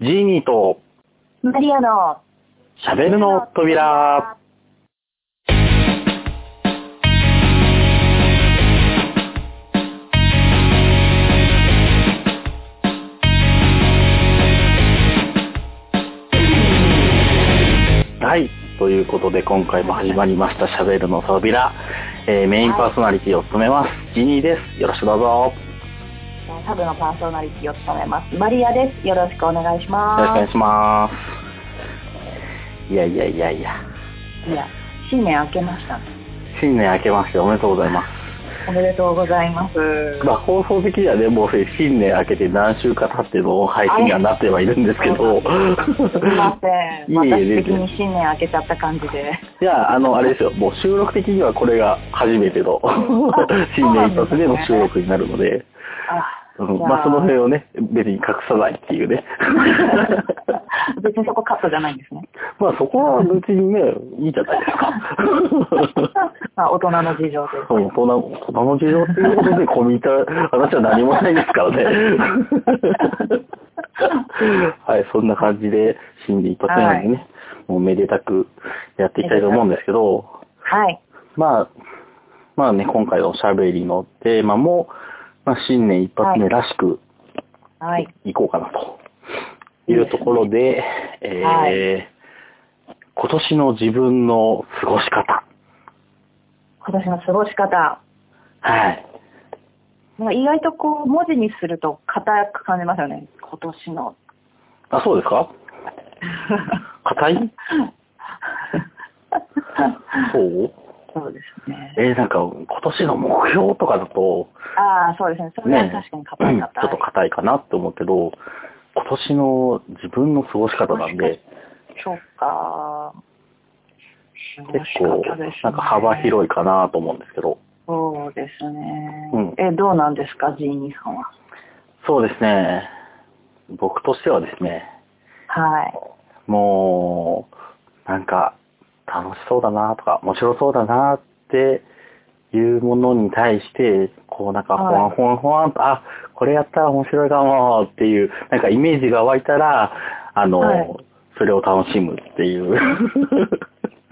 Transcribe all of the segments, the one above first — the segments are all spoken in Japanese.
ジーニーとマリアのシャベルの扉。はい。ということで、今回も始まりました、シャベルの扉。えーメインパーソナリティを務めます、ジーニーです。よろしくどうぞ。よサブのパーソナリティを務めますマリアですよろしくお願いろししくおま願いします。いやいやいやいや。すいや新年明けました新年明けましておめでとうございます。おめでとうございますまあ、放送的にはね、もう新年明けて何週か経っての配信にはなってはいるんですけど、すみませんいえいえ全私的然に新年明けちゃった感じで いや、あの、あれですよ、もう収録的にはこれが初めての 新年一発での収録になるので、あうんじゃあまあその辺をね、別に隠さないっていうね。 別にそこカットじゃないんですねまあそこは別にね、いいじゃないですか。まあ大人の事情というそう大人大人の事情っていうことで込み入った話は何もないですからね。はい、そんな感じで、新年一発目なんでね、もうめでたくやっていきたいと思うんですけど、はいまあ、まあね、今回のおしゃべりのテーマも、まあ、新年一発目らしくはいいこうかなというところで、えーはい今年の自分の過ごし方。今年の過ごし方はい。なんか意外とこう文字にすると硬く感じますよね今年のあ、そうですか硬いそうそうですねえーなんか今年の目標とかだと、ああ、そうですね。それはね、確かにう硬んいちょ硬い。っと硬いかなって思うけど、今年の自分の過ごし方なんで、そうか。過結ごし構方ですね、なんか幅広いかなと思うんですけど、そうですね。うんえ、どうなんですか、ジーニーさんは。そうですね、僕としてはですね、はい。もう、なんか、楽しそうだなとか、面白そうだなっていうものに対して、こうなんか、ほわはんほわんほわんと、あ、これやったら面白いかもっていう、なんかイメージが湧いたら、あの、はいそれを楽しむって いう。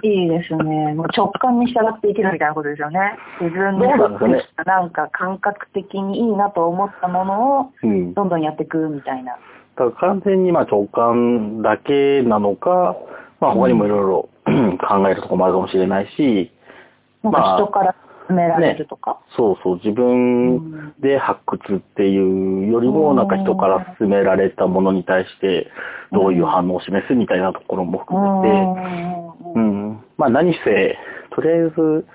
いいですね。もう直感に従っていけるみたいなことですよね。自分でそうなんですよねできたなんか感覚的にいいなと思ったものをうん。だどんどんやっていくみたいな。から完全にまあ直感だけなのか、まあ他にもいろいろ考えるとこもあるかもしれないし、なんまあか人から勧められるとか。そうそう、自分で発掘っていうよりも、うんなんか人から勧められたものに対して、どういう反応を示すみたいなところもう含めて、ん。ううんん。まあ何せ、とりあえず、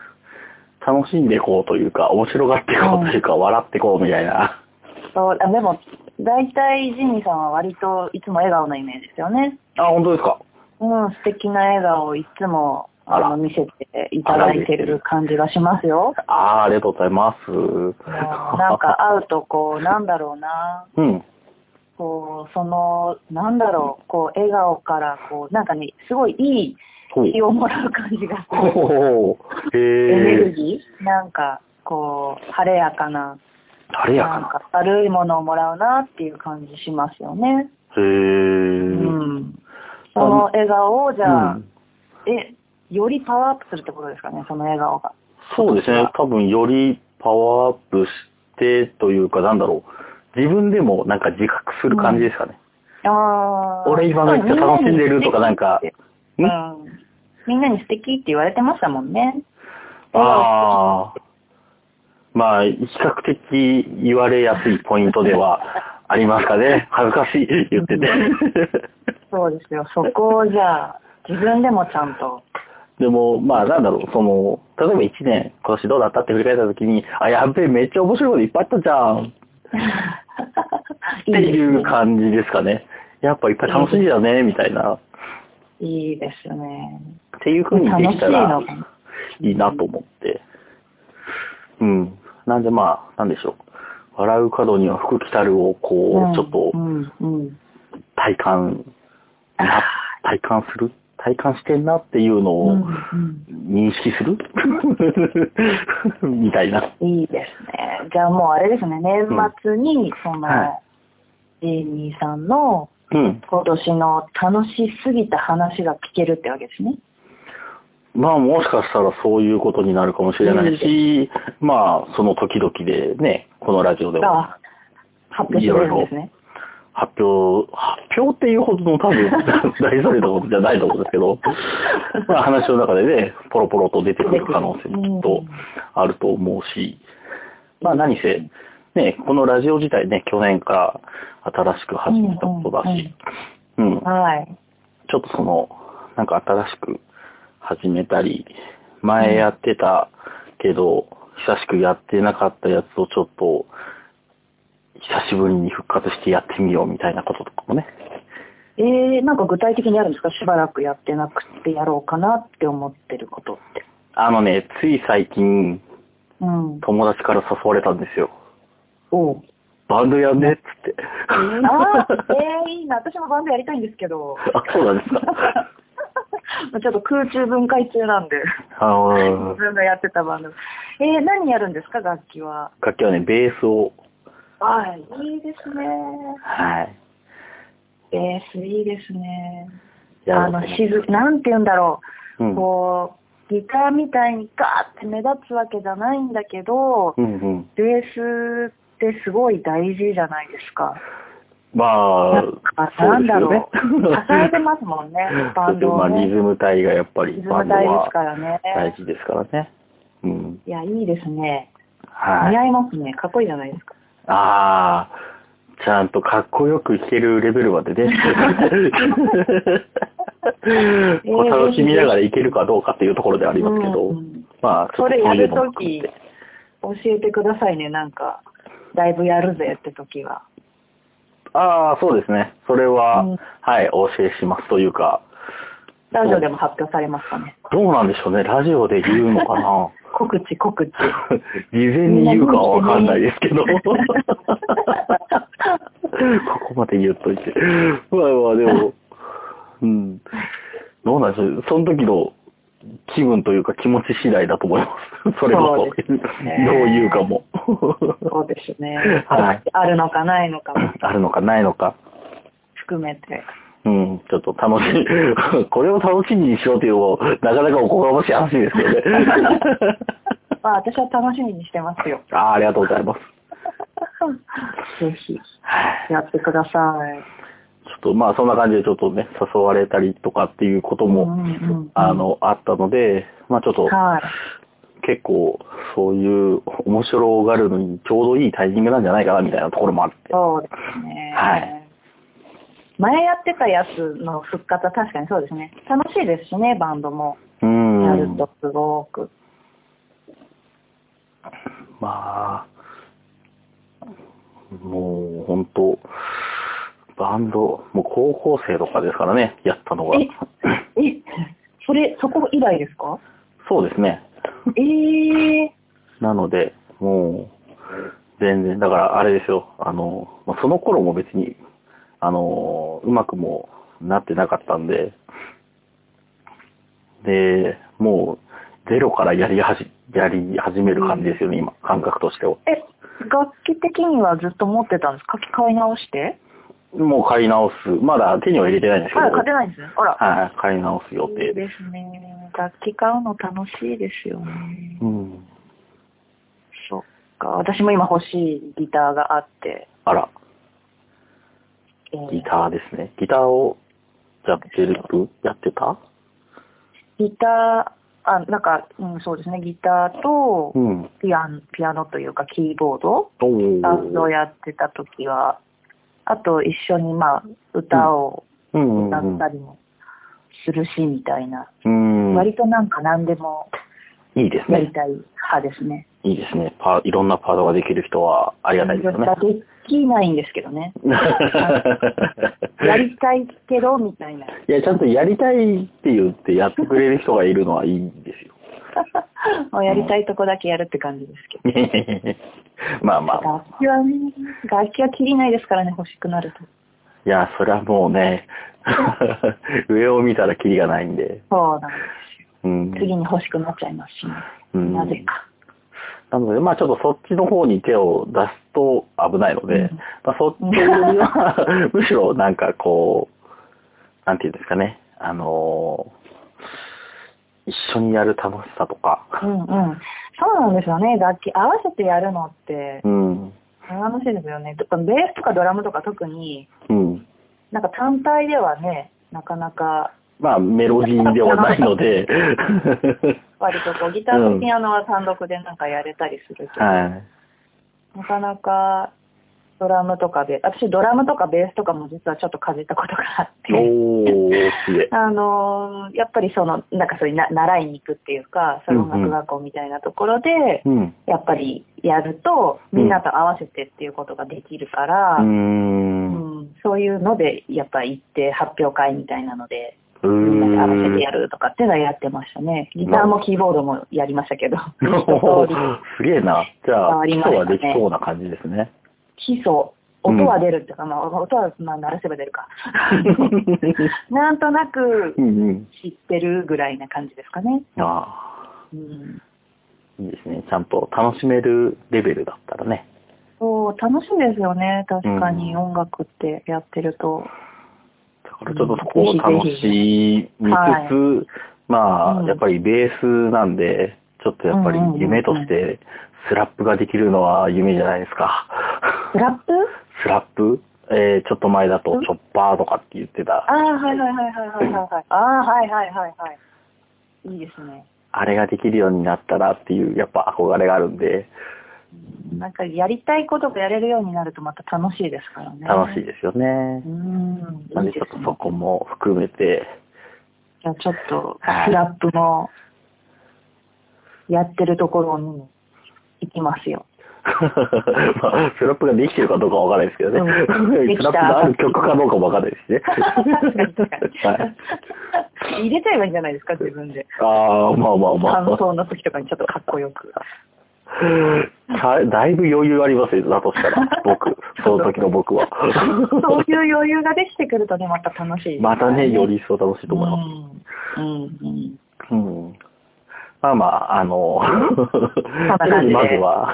楽しんでいこうというか、面白がっていこうというか、笑っていこうみたいな。そうあでも、大体ジーニーさんは割といつも笑顔のイメージですよね。あ、本当ですかうん、素敵な笑顔をいつもああらの見せていただいてる感じがしますよ。ああ、ありがとうございます。もうなんか会うとこう、なんだろうな、 うん。こう、その、なんだろう、こう、笑顔から、こう、なんかね、すごいいほうい気をもらう感じがすほうる。ほうほう。エネへルえ。ギーなんか、こう、晴れやかな、晴れやなかんな。か軽いものをもらうなっていう感じしますよね。へえ。うん。その笑顔を、じゃあ、うんえ、よりパワーアップするってことですかね、その笑顔が。そうですね。多分よりパワーアップしてというか、なんだろう。自分でもなんか自覚する感じですかね。あー俺今めっちゃ楽しんでるとかなんかうん。みんなに素敵って言われてましたもんね。ああ。まあ、比較的言われやすいポイントで はありますかね。恥ずかしい言ってて。そうですよ。そこをじゃあ、自分でもちゃんと。でも、まあなんだろう、その、例えば1年、今年どうだったって振り返った時に、あ、やっべえ、めっちゃ面白いこといっぱいあったじゃん。っていいでいうすね。感じですかね。やっぱいっぱい楽しんでたね、みたいな。いいですね。っていう風に楽でしきいたらの、かな。いいなと思って。うん。なんでまあ、なんでしょう。笑う角には福来たるを、こう、ちょっとうん、うん。体感あな、体感する体感してんなっていうのうをんうん認識する、 みたいな。いいですね。じゃあもうあれですね、年末に、その、はジェニーさんのうん。今年の楽しすぎた話が聞けるってわけですね。まあもしかしたらそういうことになるかもしれないし、まあその時々でね、このラジオでもあ発表してくれるんですね。発表、発表っていうほどの多分大それたことじゃないと思うんですけ ど、まあ話の中でね、ポロポロと出てくる可能性もきっとあると思うし、まあ何せ、ね、このラジオ自体ね、去年から新しく始めたことだし、うん、はい。ちょっとその、なんか新しく始めたり、前やってたけど、久しくやってなかったやつをちょっと、久しぶりに復活してやってみようみたいなこととかもね。えー、なんか具体的にあるんですかしばらくやってなくてやろうかなって思ってることって。あのね、つい最近、うん。友達から誘われたんですよ。おう。バンドやんねっつって。 あーえー、いいな。私もバンドやりたいんですけど、 あ、そうなんですか。ちょっと空中分解中なんで、あの自、分がやってたバンド。えー、何やるんですか楽器は。楽器はね、ベースを、あーいいですね。はい。ベースいいですね。やあろうとの思って静なんて言うんだろう、うんこうギターみたいにガーって目立つわけじゃないんだけど、うんうん。ベースってすごい大事じゃないですか。まあなんか、なんだろう、そうですよね支えてますも んね、バンドまあを、リね。ズム体がやっぱりリズバムンド体ですはからね。大事ですからね。うん。いや、いいですね。はい似。合いますね。かっこいいじゃないですか。ああ、ちゃんとかっこよく弾けるレベルま でね。こう楽しみながらいけるかどうかっていうところではありますけど、うんまあ、ちょそっとれそやういうるのもと含めきて、教えてくださいね、なんか。ライブやるぜってときは。ああ、そうですね。それは、うんはい、お教えしますというか、ラジオでも発表されますかね。どうなんでしょうね。ラジオで言うのかな告知、告知。 事前に言うかはわかんないですけ ど。ここまで言っといて。まあまあでも、うん。どうなんでしょう。その時の気分というか気持ち次第だと思い ます。それこそうでそ。どうね言うか も。そうですね。はいあるのかないのかもあるのかないのか。含めて。うん、ちょっと楽しみ、 これを楽しみにしようというのも、なかなかおこがましい話ですよね。 まあ私は楽しみにしてますよ。あーありがとうございます。ぜひ、やってくださちょっとまあそんな感じでちょっとね、誘われたりとかっていうことい。も、うんうんうんあ、の、あったので、まあちょっとはい。結構そういう面白がるのにちょうどいいタイミングなんじゃないかなみたいなところもあって。そうですね。はい前やってたやつの復活は確かにそうですね。楽しいですしね、バンドも。うやるん。とすごく。まあ、もう本当バンド、もう高校生とかですからね、やったのが。え、え、それ、そこ以来ですかそうですね。ええなので、もう、全然、だからあれですよ、あの、まあ、その頃も別に、あの、うまくもなってなかったんで、で、もう、ゼロからやりはじ、やり始める感じですよね、今、感覚としては。え、楽器的にはずっと持ってたんですか書き換え直してもう買い直す。まだ手には入れてないんですけあどら、、勝てないんですね。あら。はい、買い直す予定いいで。ですすね。楽器買うの楽しいですよね。うん。そっか。私も今欲しいギターがあって。あら、えーギターですね。ギターを、やってる、やってたギター、あ、なんか、うん、そうですね。ギターとう、ん。ピアノ、ピアノというかキーボード、おーバンドやってた時は、あと一緒にまあ、歌をうんうん歌うんったりもするし、みたいな。うん。割となんか何でもいいですやりね。たい派ですね。いいですね。パーいろんなパートができる人はありがたいですよねが。できないんですけどね。 やりたいけど、みたいな。いや、ちゃんと やりたいって言ってやってくれる人がいるのはいいんですよ。 もうやりたいとこだけやるって感じですけど。まあまあ。楽器はね、楽器は切りないですからね、欲しくなると。いや、それはもう ね、上を見たらキリがないんで。そうなんですよ。うん、次に欲しくなっちゃいますしね、うんなぜか。なので、まあちょっとそっちの方に手を出すと危ないので、まあそっちよりは、 むしろなんかこう、なんていうんですかね、あのー一緒にやる楽しさとか、うんうん。そうなんですよね。楽器合わせてやるのってうん、楽しいですよね。とかベースとかドラムとか特に、うん。なんか単体ではね、なかなかまあメロディーではないの で、割とこうギターうんとピアノは単独でなんかやれたりするけど、はい。なかなかドラムとかで、私ドラムとかベースとかも実はちょっとかじったことがあって、おー、すげえ。あのーやっぱりその、なんかそういうな習いに行くっていうか、そういう音楽学校みたいなところで、うん。やっぱりやると、うんみんなと合わせてっていうことができるかうら、ーうんん。そういうので、やっぱ行って発表会みたいなので、うーみんなで合わせんてや。るとかっていうのはやってましたね。ギターもキーボードもやりましたけど、一通りすげえな。じゃあ、回り基礎ましたねはできそうな感じです ね。基礎、音は出るっていうか、まあ音はまあ鳴らせば出る か。なんとなくうんうん。知ってるぐらいな感じですかね。あうん、あ、いいですね。ちゃんと楽しめるレベルだったらね。そう、楽しいですよね。確かにうん音楽ってやってると。だからちょっとそこを楽しみつつ、はいまうあ、んやっぱりベースなんで、ちょっとやっぱり夢としてスラップができるのは夢じゃないです か。スラップスラップえー、ちょっと前だとチョッパーとかって言ってああ、た。はいはいはいはいはいはいはい。ああ、はいはいはいはい。いいですね。あれができるようになったらっていう、やっぱ憧れがあるんで、なんかやりたいことがやれるようになるとまた楽しいですからね。楽しいい。ですよねう。ん。なんでいいちでょっすとねそこも含めて、じゃあちょっと、はいスラップの、やってるところに行きますよ。 まあ、スラップができてるかどうかわからないですけどね。うんでき スラたップがある曲かどうかもわからないですしね。確かに確かはい、に。入れちゃえばいいんじゃないですか、自分で。ああ、まあまあま感あ。想の時とかにちょっとかっこよく。だだいぶ余裕ありますよ、だとしたら。 僕、その時の僕は。そういう余裕ができてくるとね、また楽しいです、またね、より一層楽しいと思います。うん。うん、うん。うん。まあまあ、あの、な感じ でまずは、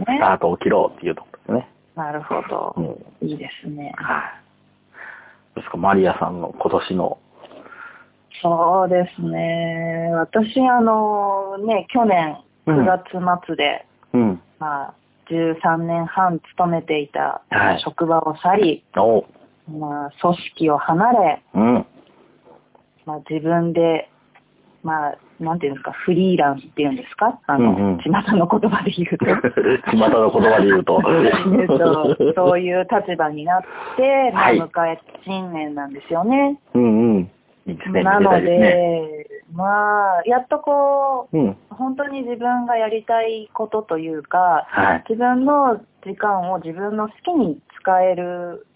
スタね。ートを切ろうっていうところですね。なるほどう。んいいですね。はい。どうですか、マリアさんの今年の。そうですね。私、あの、ね、去年9月末で、うん。まあ、13年半勤めていたはい職場を去り、おまあ、組織を離れ、うん。まあ、自分で、まあ、なんていうんですか、フリーランスっていうんですかあの、うんうん巷の言葉で言 うと。巷の言葉で言うと。えっとそういう立場になって、まあはい迎え新年なんですよね。うんうん。いいですね。なめでたのいで、すね。まあ、やっとこう、うん。本当に自分がやりたいことというか、はい。自分の時間を自分の好きに使える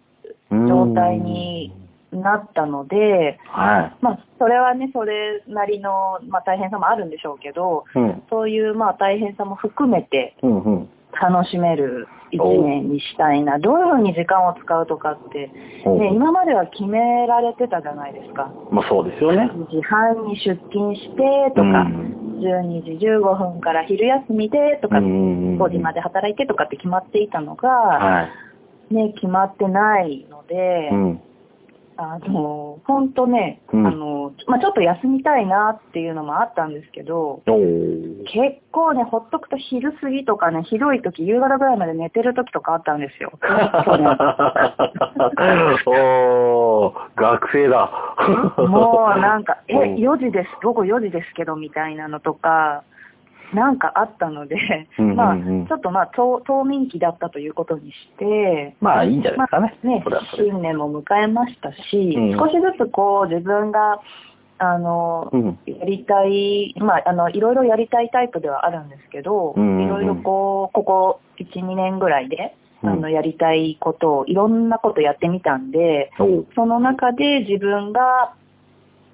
状態になったので、うん。はまあ、それはね、それなりの、まあ、大変さもあるんでしょうけど、い。うん。そういう、まあ、大変さも含めてうんうん。楽しめる一年にしたいな。どういうふうに時間を使うとかって、おうね、今までは決められてたじゃないですか。まあそうですよね。 2時半に出勤してとうんか、12時15分から昼休みでとか、うん5時まで働いてとかって決まっていたのが、はね、決まってないので、い。うん。あの、本当ね、うんあの、まあ、ちょっと休みたいなっていうのもあったんですけど、おー結構ね、ほっとくと昼過ぎとかね、ひどい時、夕方ぐらいまで寝てる時とかあったんで すよ。去年おー学生だ。もうなんか、え、うん4時です、午後4時ですけどみたいなのとか、なんかあったので、うんうんうんまあ、ちょっとまあ、冬冬眠期だったということにして、 まあいいんじゃないですかね。ねそれはそれで新年も迎えましたし、うん少しずつこう自分が、あの、うんやりたい、まあ、あの、いろいろやりたいタイプではあるんですけど、うんうんうんいろいろこう、ここ1、2年ぐらいで、あうの、んやりたいことを、いろんなことやってみたんで、おーその中で自分が、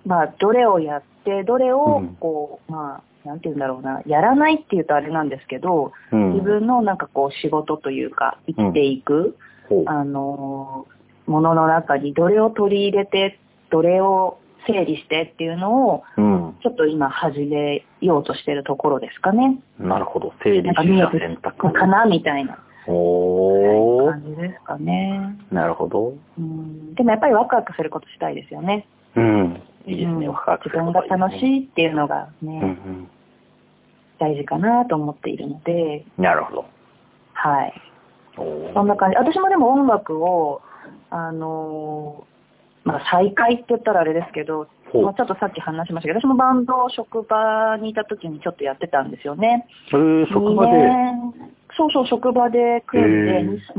まあ、どれをやって、どれうをん、こう、まあ、なんて言うんだろうな、やらないっていうとあれなんですけど、うん自分のなんかこう、仕事というか、生きていく、おーあのーものの中にどれを取り入れて、どれを整理してっていうのを、うん。ちょっと今始めようとしてるところですかね。なるほど。整理なんか取見え捨て選きた択。かなみたいなおお。感じですかね。なるほど。うん、でもやっぱりワクワクすることしたいですよね。うん。いいですね。うんワクワクす自る分こがと楽しいいいっていうのがでね、すね。うん大事かなと思っているので、うん。なるほど。はい。おーそんな感じ。私もでも音楽を、あのーまあ、再開って言ったらあれですけど、ほうまあ、ちょっとさっき話しましたけど、私もバンドを職場にいた時にちょっとやってたんですよね。えー、職場で。二年そうそう、職場で組んへで、え2、3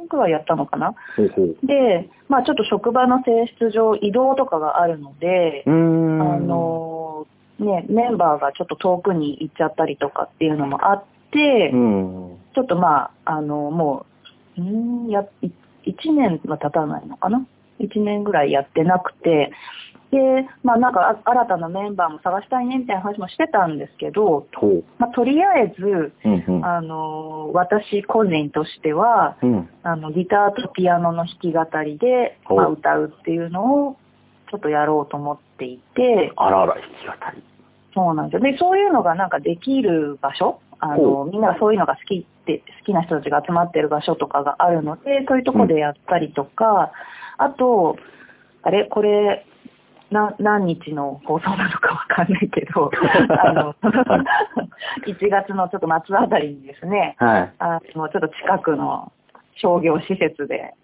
年くらいやったのかな。ほうほう。で、まあちょっと職場の性質上移動とかがあるので、うーん。あのーね、メンバーがちょっと遠くに行っちゃったりとかっていうのもあって、うん。ちょっとまあ、あの、もう、んーや、い一年は経たないのかな一年ぐらいやってなくて、で、まあなんかあ新たなメンバーも探したいねみたいな話もしてたんですけど、ほう。まあとりあえず、うんうん。あの、私個人としては、うん。あの、ギターとピアノの弾き語りで、おまあ歌うっていうのを、ちょっとやろうと思っていて、あらあら、弾き語り。そうなんですよ。で、そういうのがなんかできる場所、あほの、みんながそういうのが好きって、好きな人たちが集まってる場所とかがあるので、そういうとこでやったりとか、あと、あれ、これ、な何日の放送なのかわかんない けど、あの、1月のちょっと末あたりにですね、はい。あの、ちょっと近くの商業施設で、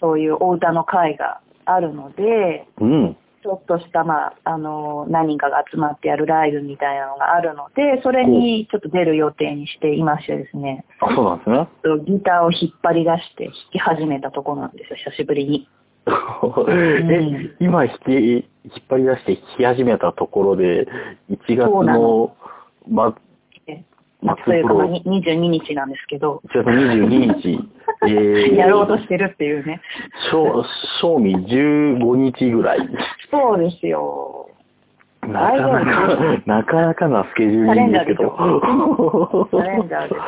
そういうお歌の会があるので、うん。ちょっとした、まあ、あの、何人かが集まってやるライブみたいなのがあるので、それにちょっと出る予定にしていましてですね、あ、そうなんですね。 ちょっとギターを引っ張り出して弾き始めたとこなんですよ、久しぶりに。え、今引き、引っ張り出して弾き始めたところで、1月そうなの、ま、えと末いうか、まあ頃、1に22日なんですけど、月22日、 えーやろうとしてるっていうね。正正味15日ぐらい。そうですよ。なかなか、なかなかなスケジュールですけど。カレンダーですよ。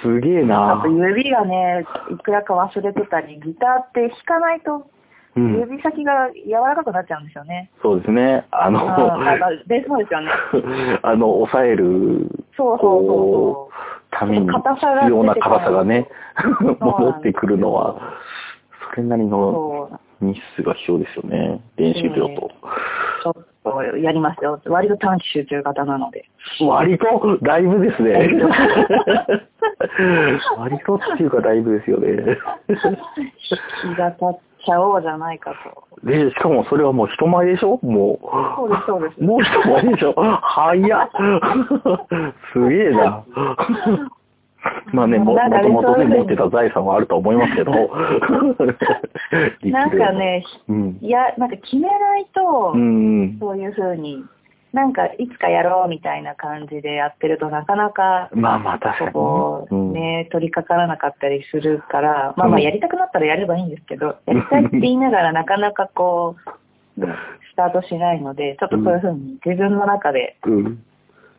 すげえあなと指がね、いくらか忘れてたり、ギターって弾かないとうん。指先が柔らかくなっちゃうんですよね。そうですね。あうん、の、あでそうですよね。 あの、抑えるそうそうそうそう。ために硬さが必要な硬さがね、そう戻なっんですてよくるのは、それなりのそう日数が必要ですよね。練習量と。ちょっとやりますよ。割と短期集中型なので。割と、だいぶですね。 割とっていうかだいぶですよね。日が経っちゃおうじゃないかと。で、しかもそれはもう人前でしょもそうです、そうですう。。もう人前でしょ早っすげえな。まあね、もなんかとねもとそういうふうに持ってた財産はあると思いますけど。 なんかね、うん。いや、なんか決めないとう、ん。そういう風に、なんかいつかやろうみたいな感じでやってるとなかなか、まあまあ確こかう、にね。ね、取り掛からなかったりするから、まあうまあんやりたくなったらやればいいんですけど、やりたいって言いながらなかなかこう、ねスタートしないので、ちょっとそういう風に自分の中で、うん。うん。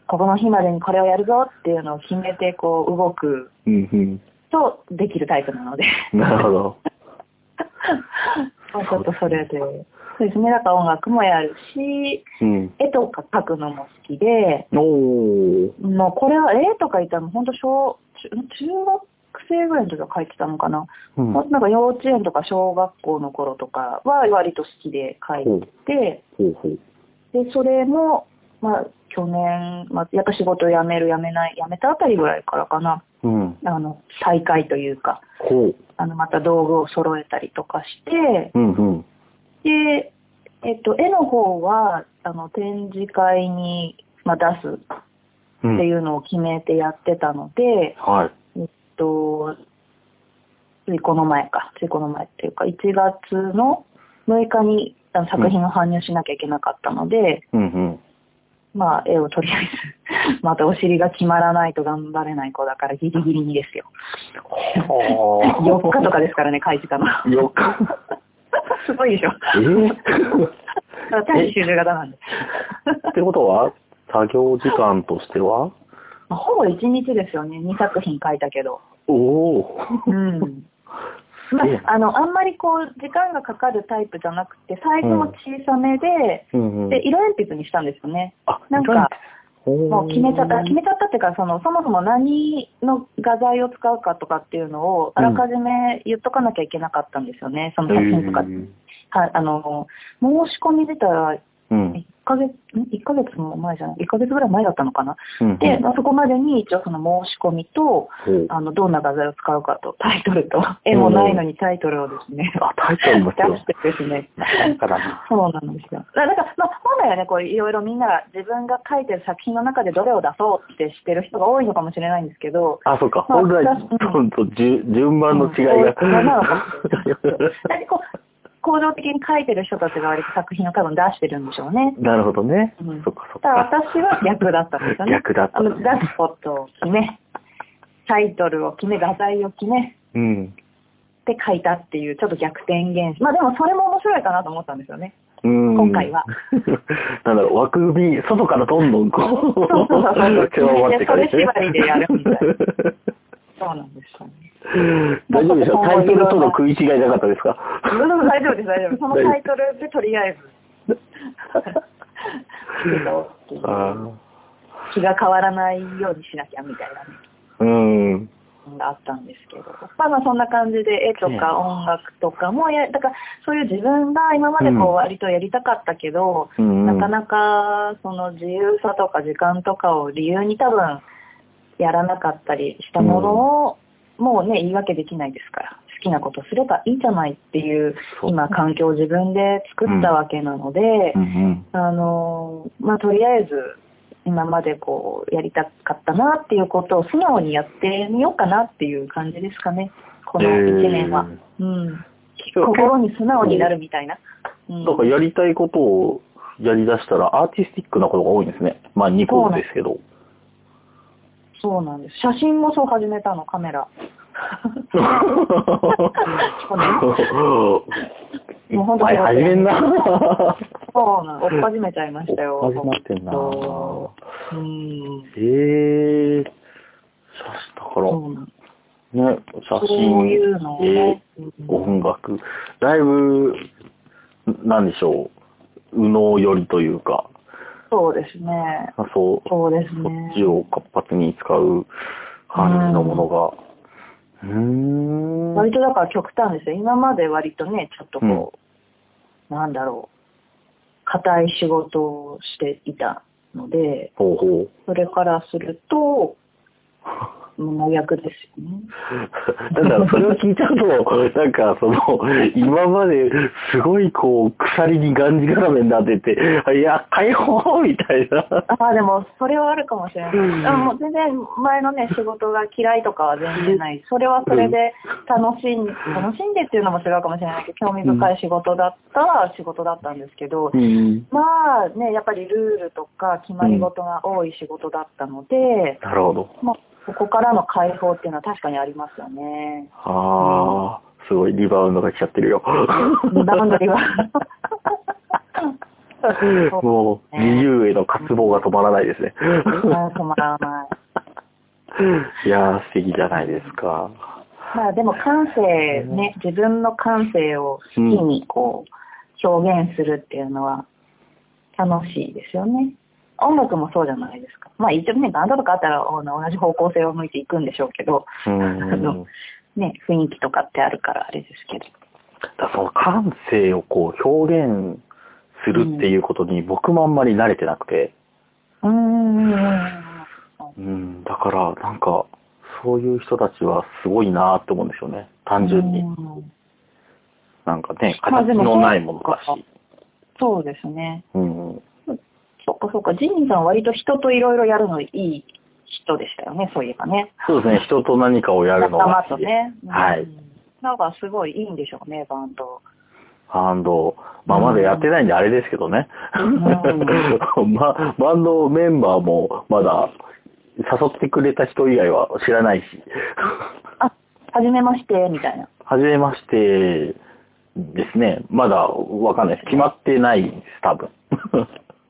ここの日までにこれをやるぞっていうのを決めてこう動くうんとできるタイプな ので、うん。なるほど。まあちょっとそれで、そうですね、だから音楽もやるし、うん。絵とか描くのも好きで、おー。もうこれは絵とか言ったらもう本当小、中中学生ぐらいの時は描いてたのかな。うん。なんか幼稚園とか小学校の頃とかは割と好きでほ描ういて、ほうほう。で、それも、まあ去年、まあ、やっぱ仕事辞める辞めない、辞めたあたりぐらいからかな、うん。あの、再開というか、ほう。あの、また道具を揃えたりとかして、うんうん。で、えっと、絵の方は、あの、展示会に、まあ、出すうってん。いうのを決めてやってたので、はい。えっと、ついこの前か、ついこの前っていうか、1月の6日にあの作品を搬入しなきゃいけなかったので、うんうん。 まあ、絵をとりあえず 、またお尻が決まらないと頑張れない子だからギリギリにですよ。はあ。 4日とかですからね、書いてたの。よっか。すごいでしょ。えー、だから大集中型なんで。ってことは、作業時間としてはまあほぼ1日ですよね、2作品書いたけど。 おお、うん。まええあ、あの、あんまりこう、時間がかかるタイプじゃなくて、サイズも小さめで、うんうんで、色鉛筆にしたんですよね。あなんか、もう決めちゃった、決めちちゃったっていうか、その、そもそも何の画材を使うかとかっていうのを、あらかじめ言っとかなきゃいけなかったんですよね、その写真とか。はい、あの、申し込み自体は1ヶ月、ん1ヶ月も前じゃない、1ヶ月ぐらい前だったのかな。で、まあそこまでに一応その申し込みと、あの、どんな画材を使うかと、タイトルと、絵もないのにタイトルをですね、あ、タイトルも必出要してですね。なんかだな。そうなんですよ。だだから、まあ、本来はね、こう、いろいろみんなが自分が書いてる作品の中でどれを出そうってしてる人が多いのかもしれないんですけど、あ、そうか。まあ本来、私うと順順番の違いうんが。そうなのかもしれないだってこう、構造的に書いてる人たちが割と作品を多分出してるんでしょうね。 なるほどねうん。そっかそっただか。私は逆だったんですよね。逆だったあの出すことを決め、タイトルを決め、画材を決め、うん。って書いたっていう、ちょっと逆転現象。まあでもそれも面白いかなと思ったんですよね。うん今回は。 なんだろう、枠組み、外からどんどんこう、そうそうそうそう加わっていかれてそれ縛りでやるみたいそうなんですよね。 大丈夫でしょうタイトルとの食い違いなかったです かうん大丈夫です、大丈夫。そのタイトルでとりあえず。 あ気が変わらないようにしなきゃみたいなねーうん。のがあったんですけど。まあまあそんな感じで絵とか音楽とかもや、だからそういう自分が今までこううん割とやりたかったけど、うんなかなかその自由さとか時間とかを理由に多分やらなかったりしたものを、もうね、言い訳できないですから、好きなことすればいいじゃないっていう、そう今環境を自分で作ったわけなので、うんあのーまあ、とりあえず、今までこう、やりたかったなっていうことを素直にやってみようかなっていう感じですかね。この1年は。うん。うん心に素直になるみたいな。うん。なんかやりたいことをやりだしたらアーティスティックなことが多いんですね。まあニコンですけど。そうなんです。写真もそう始めたの、カメラ。そうね いもうっ本当ぱい始めんな。 そうなん追っ始めちゃいましたよ。始まってんな。うん。ええー。写そ真うなだから、んね、写そういうのを真、絵ね、。うん音楽。だいぶ、なんでしょう。右脳よりというか、そうですね。そう、そうですそっね。ちを活発に使う感じのものが。うーん。割とだから極端ですよ。今まで割とね、ちょっとこう、なんだろう、硬い仕事をしていたので、ほう ほう。それからすると、もう真逆ですよね。ただ、それを聞いちゃうと、 なんか、その、今まで、すごい、こう、鎖にがんじがらめになってて、いや、解放みたいな。ああ、でも、それはあるかもしれない。うんあもう全然、前のね、仕事が嫌いとかは全然ない。それはそれで、楽しん、楽しんでっていうのも違うかもしれないけど、興味深い仕事だった仕事だったんですけど、うん。まあね、やっぱりルールとか決まり事が多い仕事だったので、なるほど。まあ、ここからの解放っていうのは確かにありますよね。ああ、すごい、リバウンドが来ちゃってるよ。段取りは。そうもう、自由への渇望が止まらないですね。止まらない。いやー、素敵じゃないですか。まあでも感性ね、自分の感性を好きにこう、表現するっていうのは楽しいですよね。音楽もそうじゃないですか。まあ一応ね、バンドとかあったらあの同じ方向性を向いていくんでしょうけど、うあのん。ね、雰囲気とかってあるからあれですけど。だからその感性をこう表現するっていうことに僕もあんまり慣れてなくて、うーん。うん、だからなんかそういう人たちはすごいなーって思うんですよね単純にうんなんかねまあ形でものないものだそうかし、そうですね。うん、そっかそっか、ジニーさんは割と人といろいろやるのいい人でしたよね、そういえばね。そうですね人と何かをやるの仲間が好ときで、ね。はいうん。なんかすごいいいんでしょうね、バン ド。バンドまあまだやってないんであれですけどね、ま、バンドメンバーもまだ誘ってくれた人以外は知らないしあ、はじめまして、みたいな。はじめましてですね。まだわかんないです。決まってないです、多 分。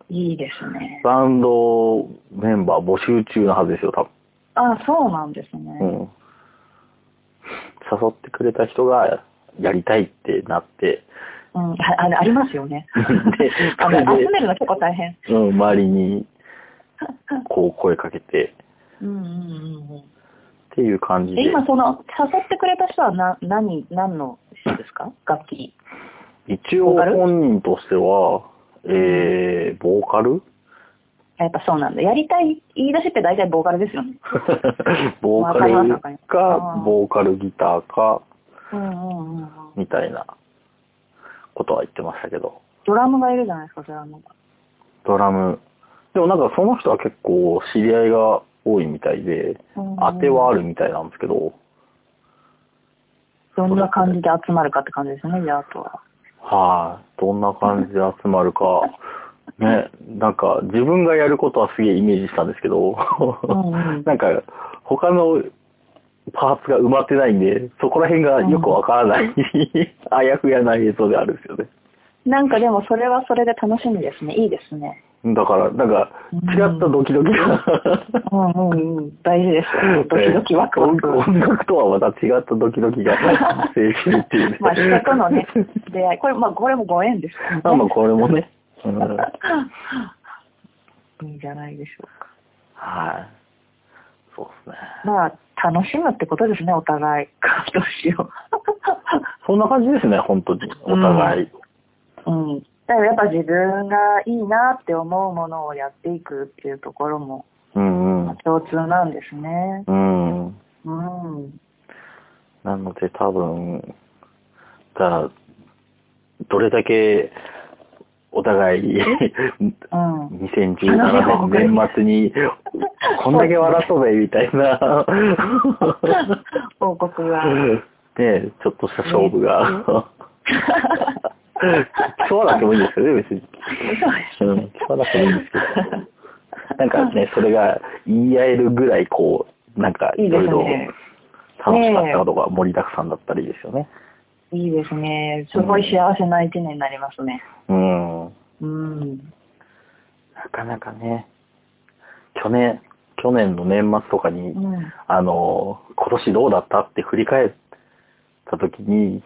いいですね。バンドメンバー募集中のはずですよ、多あ、そうなんですね。分。うん。誘ってくれた人がやりたいってな って、うん、はああります よね。であそれので集めるの結構大変。うん、周りに、こう声かけて、うんうんうんうん。っていう感じえで。今その誘ってくれた人はな何何の人ですか楽器一応本人としては、えー、ボーカ ルやっぱそうなんだやりたい言い出しって大体ボーカルですよねボーカわかりルますわかりますあかー、ボーカルギターか、うんうんうんうんみたいなことは言ってましたけど。ドラムがいるじゃないですかドラムがドラム。でもなんかその人は結構知り合いが多いみたいで、当てはあるるみたいなんですけど、どんな感じで集まるかって感じですねじゃああとははい、どんな感じで集まるか、 ね、なんか自分がやることはすげえイメージしたんですけど、うんう んなんか他のパーツが埋まってないんで、そこら辺がよくわからない、 あやふやな映像であるんですよね。なんかでもそれはそれで楽しみですねいいですねだから、なんか違ったドキドキが、うんうんうん大事です ドキドキワクワクえー音音楽とはまた違ったドキド キが発生するっていうねまあ人とのね出会いこれまあこれもご縁ですよね まあまあこれもね。 うんいいんじゃないでしょうかはい。そうですね。まあ、楽しむってことですね、お互い。活動しよそんな感じですね、本当に。お互い。う。うん。だからやっぱ自分がいいなって思うものをやっていくっていうところもうんうん。共通なんですね。うん。うん。なので多分、だから、どれだけ、お互い、うん。 2017年年末に、こんだけ笑そうぜ、みたいな。報告が。ねちょっとした勝負が。競わなくてもいいんですよね、別に。うん、競わなくてもいいんですけど。なんかね、それが言い合えるぐらい、こう、なんかいいいでろいすろね。楽しかったことが盛りだくさんだったりですよね。いいですね。すごい幸せな一年になりますね。うん。うん。なかなかね、去年、去年の年末とかに、うん。あの、今年どうだったって振り返った時に、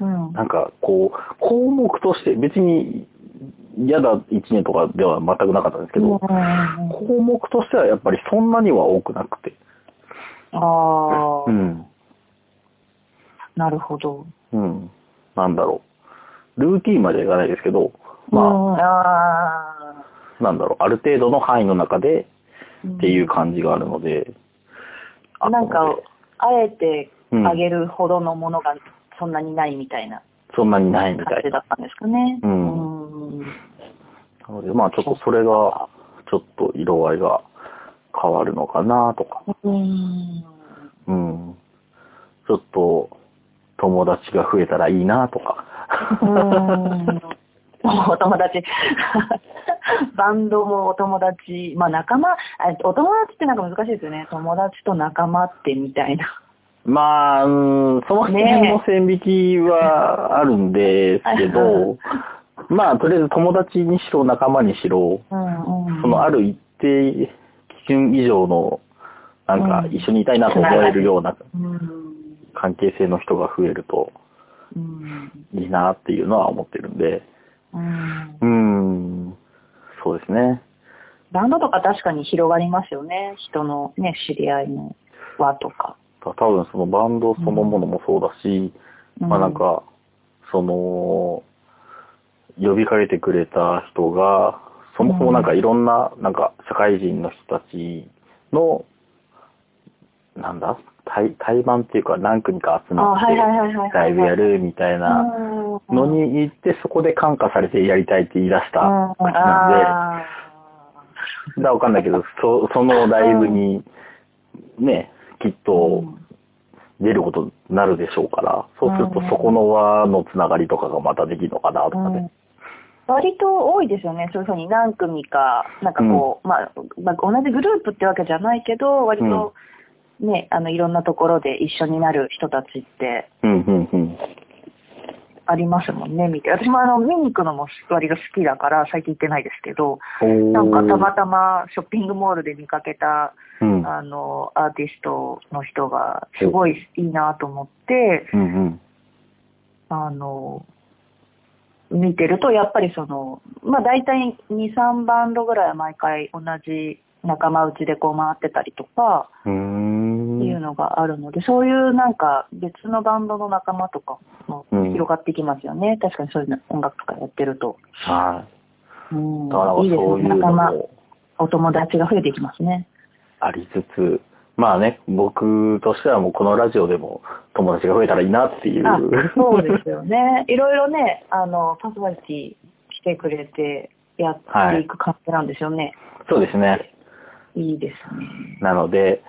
うん。なんかこう、項目として、別に嫌だ1年とかでは全くなかったんですけど、うん項目としてはやっぱりそんなには多くなくて。ああう、ん。なるほど。うん。なんだろう。ルーティンまではいかないですけど、うまん、ああ。あ、なんだろう、ある程度の範囲の中でっっていう感じがあるので、あなんなのかで、あえてうんあげるほどのものがそんなにないみたいなそんなにないみ感たいじな。だったんですかね。うんうーんなので、まあちょっとそれが、ちょっと色合いが変わるのかなとか、うーん。うん。ちょっと、友達が増えたらいいなとか。 うーんお友達。 バンドもお友達、まあ仲間、えお友達ってなんか難しいですよね。友達と仲間ってみたいな。まあ、うん、その辺の線引きはあるんですけど、まあとりあえず友達にしろ仲間にしろ、うんうんそのある一定基準以上の、なんかうん一緒にいたいなと思えるようなうん関係性の人が増えるとうんいいなっていうのは思ってるんで、うんうーん、そうですね。バンドとか確かに広がりますよね。人のね、知り合いの輪とか。た多分そのバンドそのものもそうだし、うんまあなんか、その、呼びかけてくれた人が、そもそもなんかいろんな、なんか社会人の人たちの、なんだ対、対バンっていうか何組か集あまっはいはいて、はいはいはい。ライブやるみたいなのに行って、そこで感化されてやりたいって言い出したうん、口なんで、あだからわかんないけど、そそのライブに、ね、きっーと出ることになるでしょうから、そうするとうんそこの輪のつながりとかがまたできるのかなとうかんね。割と多いですよね、そういうふうに何組か、なんかこう、まあ、まあ、同じグループってわけじゃないけど、割と、ね、あの、いろんなところで一緒になる人たちってうん、うん、うん。ありますもんね、みたいな。私もあの、見に行くのも割と好きだから、最近行ってないですけど、おーなんかたまたまショッピングモールで見かけた、うん、あの、アーティストの人が、すごいいいなと思って、うん、うん。あの、見てると、やっぱりその、まあ大体2、3バンドぐらいは毎回同じ仲間内でこう回ってたりとか、うーん。いうのがあるので、そういうなんか別のバンドの仲間とかもうん広がってきますよね。確かにそういうの音楽とかやってると。はい。うんだからいいですそういうね。の仲間、もお友達が増えていきますね。ありつつ、まあね、僕としてはもうこのラジオでも友達が増えたらいいなっていう。あ、そうですよね。いろいろね、あの、パーソナリティ来てくれてやっていく感じなんですよね。そうですね。い、いですね。なので、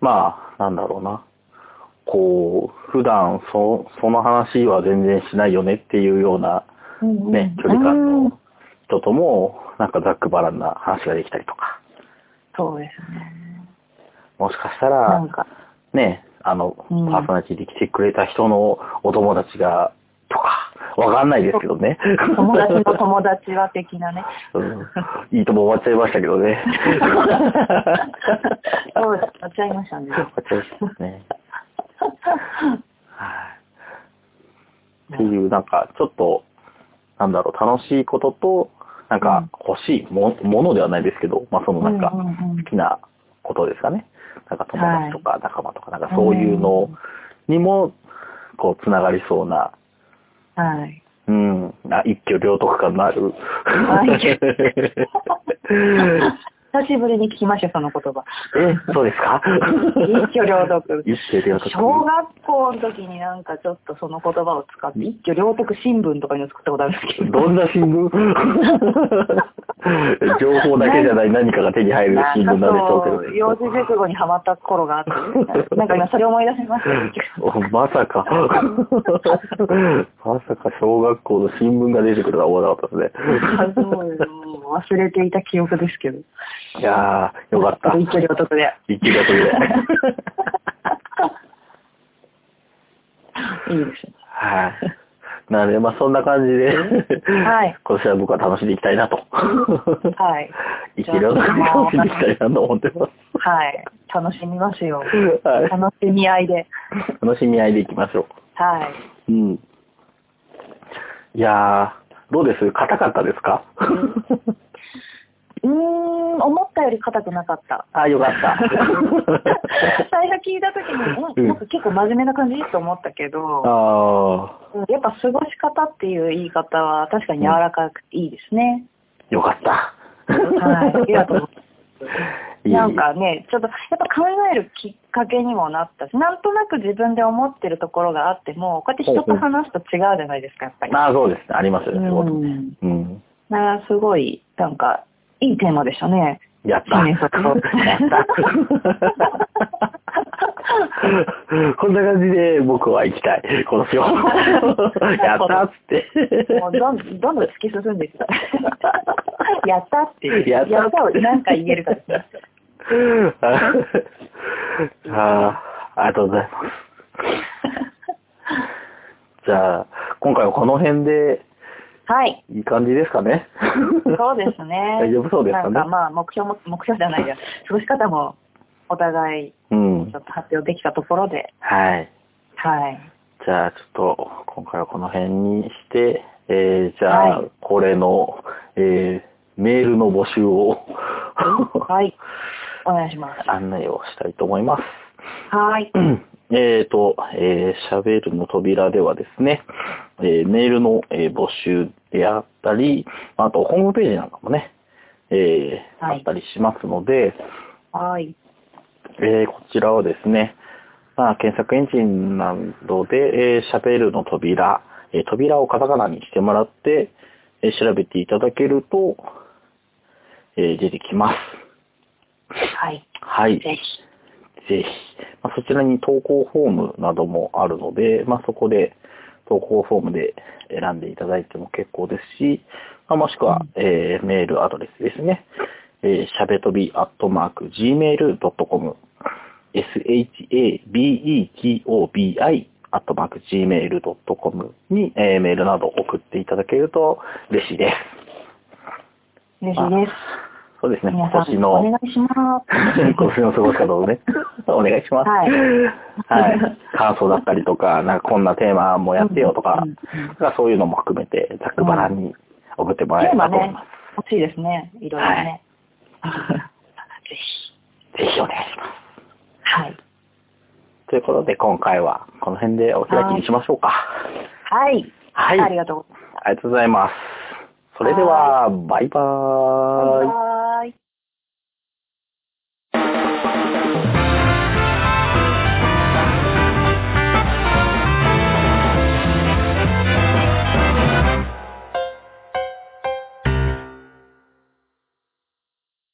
まあ、なんだろうな。こう、普段そ、その話は全然しないよねっていうようなうんうんね、距離感うんの人とも、なんかざっくばらんな話ができたりとか、そうですね。もしかしたならん、か、ね、あの、パうんーソナリティで来てくれた人のお友達が、とか、わかんないですけどね。友達の友達は的なね。 うんいいとも終わっちゃいましたけど ね。そうです。なっちゃいましたね。終わっちゃいましたね。はい。っていう、なんか、ちょっと、なんだろう、楽しいことと、なんか、欲しいも,、ものではないですけど、まあ、そのなんか、うんうんうん好きなことですかね。なんか、友達とか仲間とか、なんか、そういうのにも、こう、つながりそうな、はい。うん、あ一挙両得感のある。久しぶりに聞きました、そ の言葉。え、そうですか一挙両得。一挙両得。小学校の時になんかちょっとその言葉を使って、一挙両得新聞とかいうの作ったことあるんですけど。どんな新聞情報だけじゃない何かが手に入る新聞なんでしょうけ幼ど児熟語にハマった頃が あって、なんか今それ思い出しました。ね。まさか、まさか小学校の新聞が出てくるとは思わなかったですそうよ忘れていた記憶ですけ ど。ね。いやー、よかった。一挙両得で。一挙両得で。いいですね。はい。なので、まあそんな感じで、はい今年は僕は楽しんでいきたいな と。はい。一挙両得で楽しんでいきたいなと思ってます。はい。楽しみますよ。はい楽しみ合いで。楽しみ合いでいきましょはい。う。うん。いやー、どうです硬かったですかうーん、思ったより硬くな かった。あ、よか った。最初聞いた時に、うんうんなんか結構真面目な感じと思ったけど、あうんやっぱ過ごし方っていう言い方は確かに柔らかくていいですね。ー、よかった。 はい。ありがとうございいます。えいえなんかね、ちょっとやっぱ考えるきっかけにもなったし、なんとなく自分で思ってるところがあっても、こうやって人と話すと違うじゃないですか、やっぱり。まあそうですね。ありますようね、すごく。ん。うん。なすごい、なんか、いいテーマでしたね。やった。新年早々やった。こんな感じで僕は行きたい。今年は。やったっつって。もうどん どんどん突き進んでいった。やったっていう。やったやったを何回言えるかですね。あーありがとうございます。じゃあ、今回はこの辺ではい。いい感じですかね。そうですね。大丈夫そうですかねなんかまあ、目標も、目標じゃないや、過ごし方も、お互い、うんちょ。っと発表できたところで、はい。はい。じゃあ、ちょっと、今回はこの辺にして、えー、じゃあ、はいこれの、えー、メールの募集を はい。お願いします。案内をしたいと思います。はい。えーと、えー、喋るの扉ではですね、えーメールの、えー募集であったり、あとホームページなんかもね、えーはいあったりしますので、はい。えーこちらをですね、まあ、検索エンジンなどで、えー、喋るの扉、えー扉をカタカナにしてもらって、えー調べていただけると、えー出てきます。はい。はい。ぜひ。ぜひ、まあ、そちらに投稿フォームなどもあるので、まあ、そこで投稿フォームで選んでいただいても結構ですし、まあ、もしくは、えーメールアドレスですね、えー、しゃべとびアットマーク gmail.com、shabetobi アットマーク gmail.com に、えーメールなど送っていただけると嬉しいです。嬉しいです。そうですね、皆今さ年ん、のお願いします。 今年の過ごし方をね、お願いします。はいはい。感想だったりとか、なんかこんなテーマもやってよとか、うんうんうんなんかそういうのも含めて、ざっくばらんに送ってもらえテーればマと思いねます。、欲しいですね。いろいろね。ぜひ。ぜひお願いしまはい。す。ということで、今回はこの辺でお開きにしましょうか。はい。はい。ありがとうございます。ありがとうございます。それでは、バイバーイ。バイバイ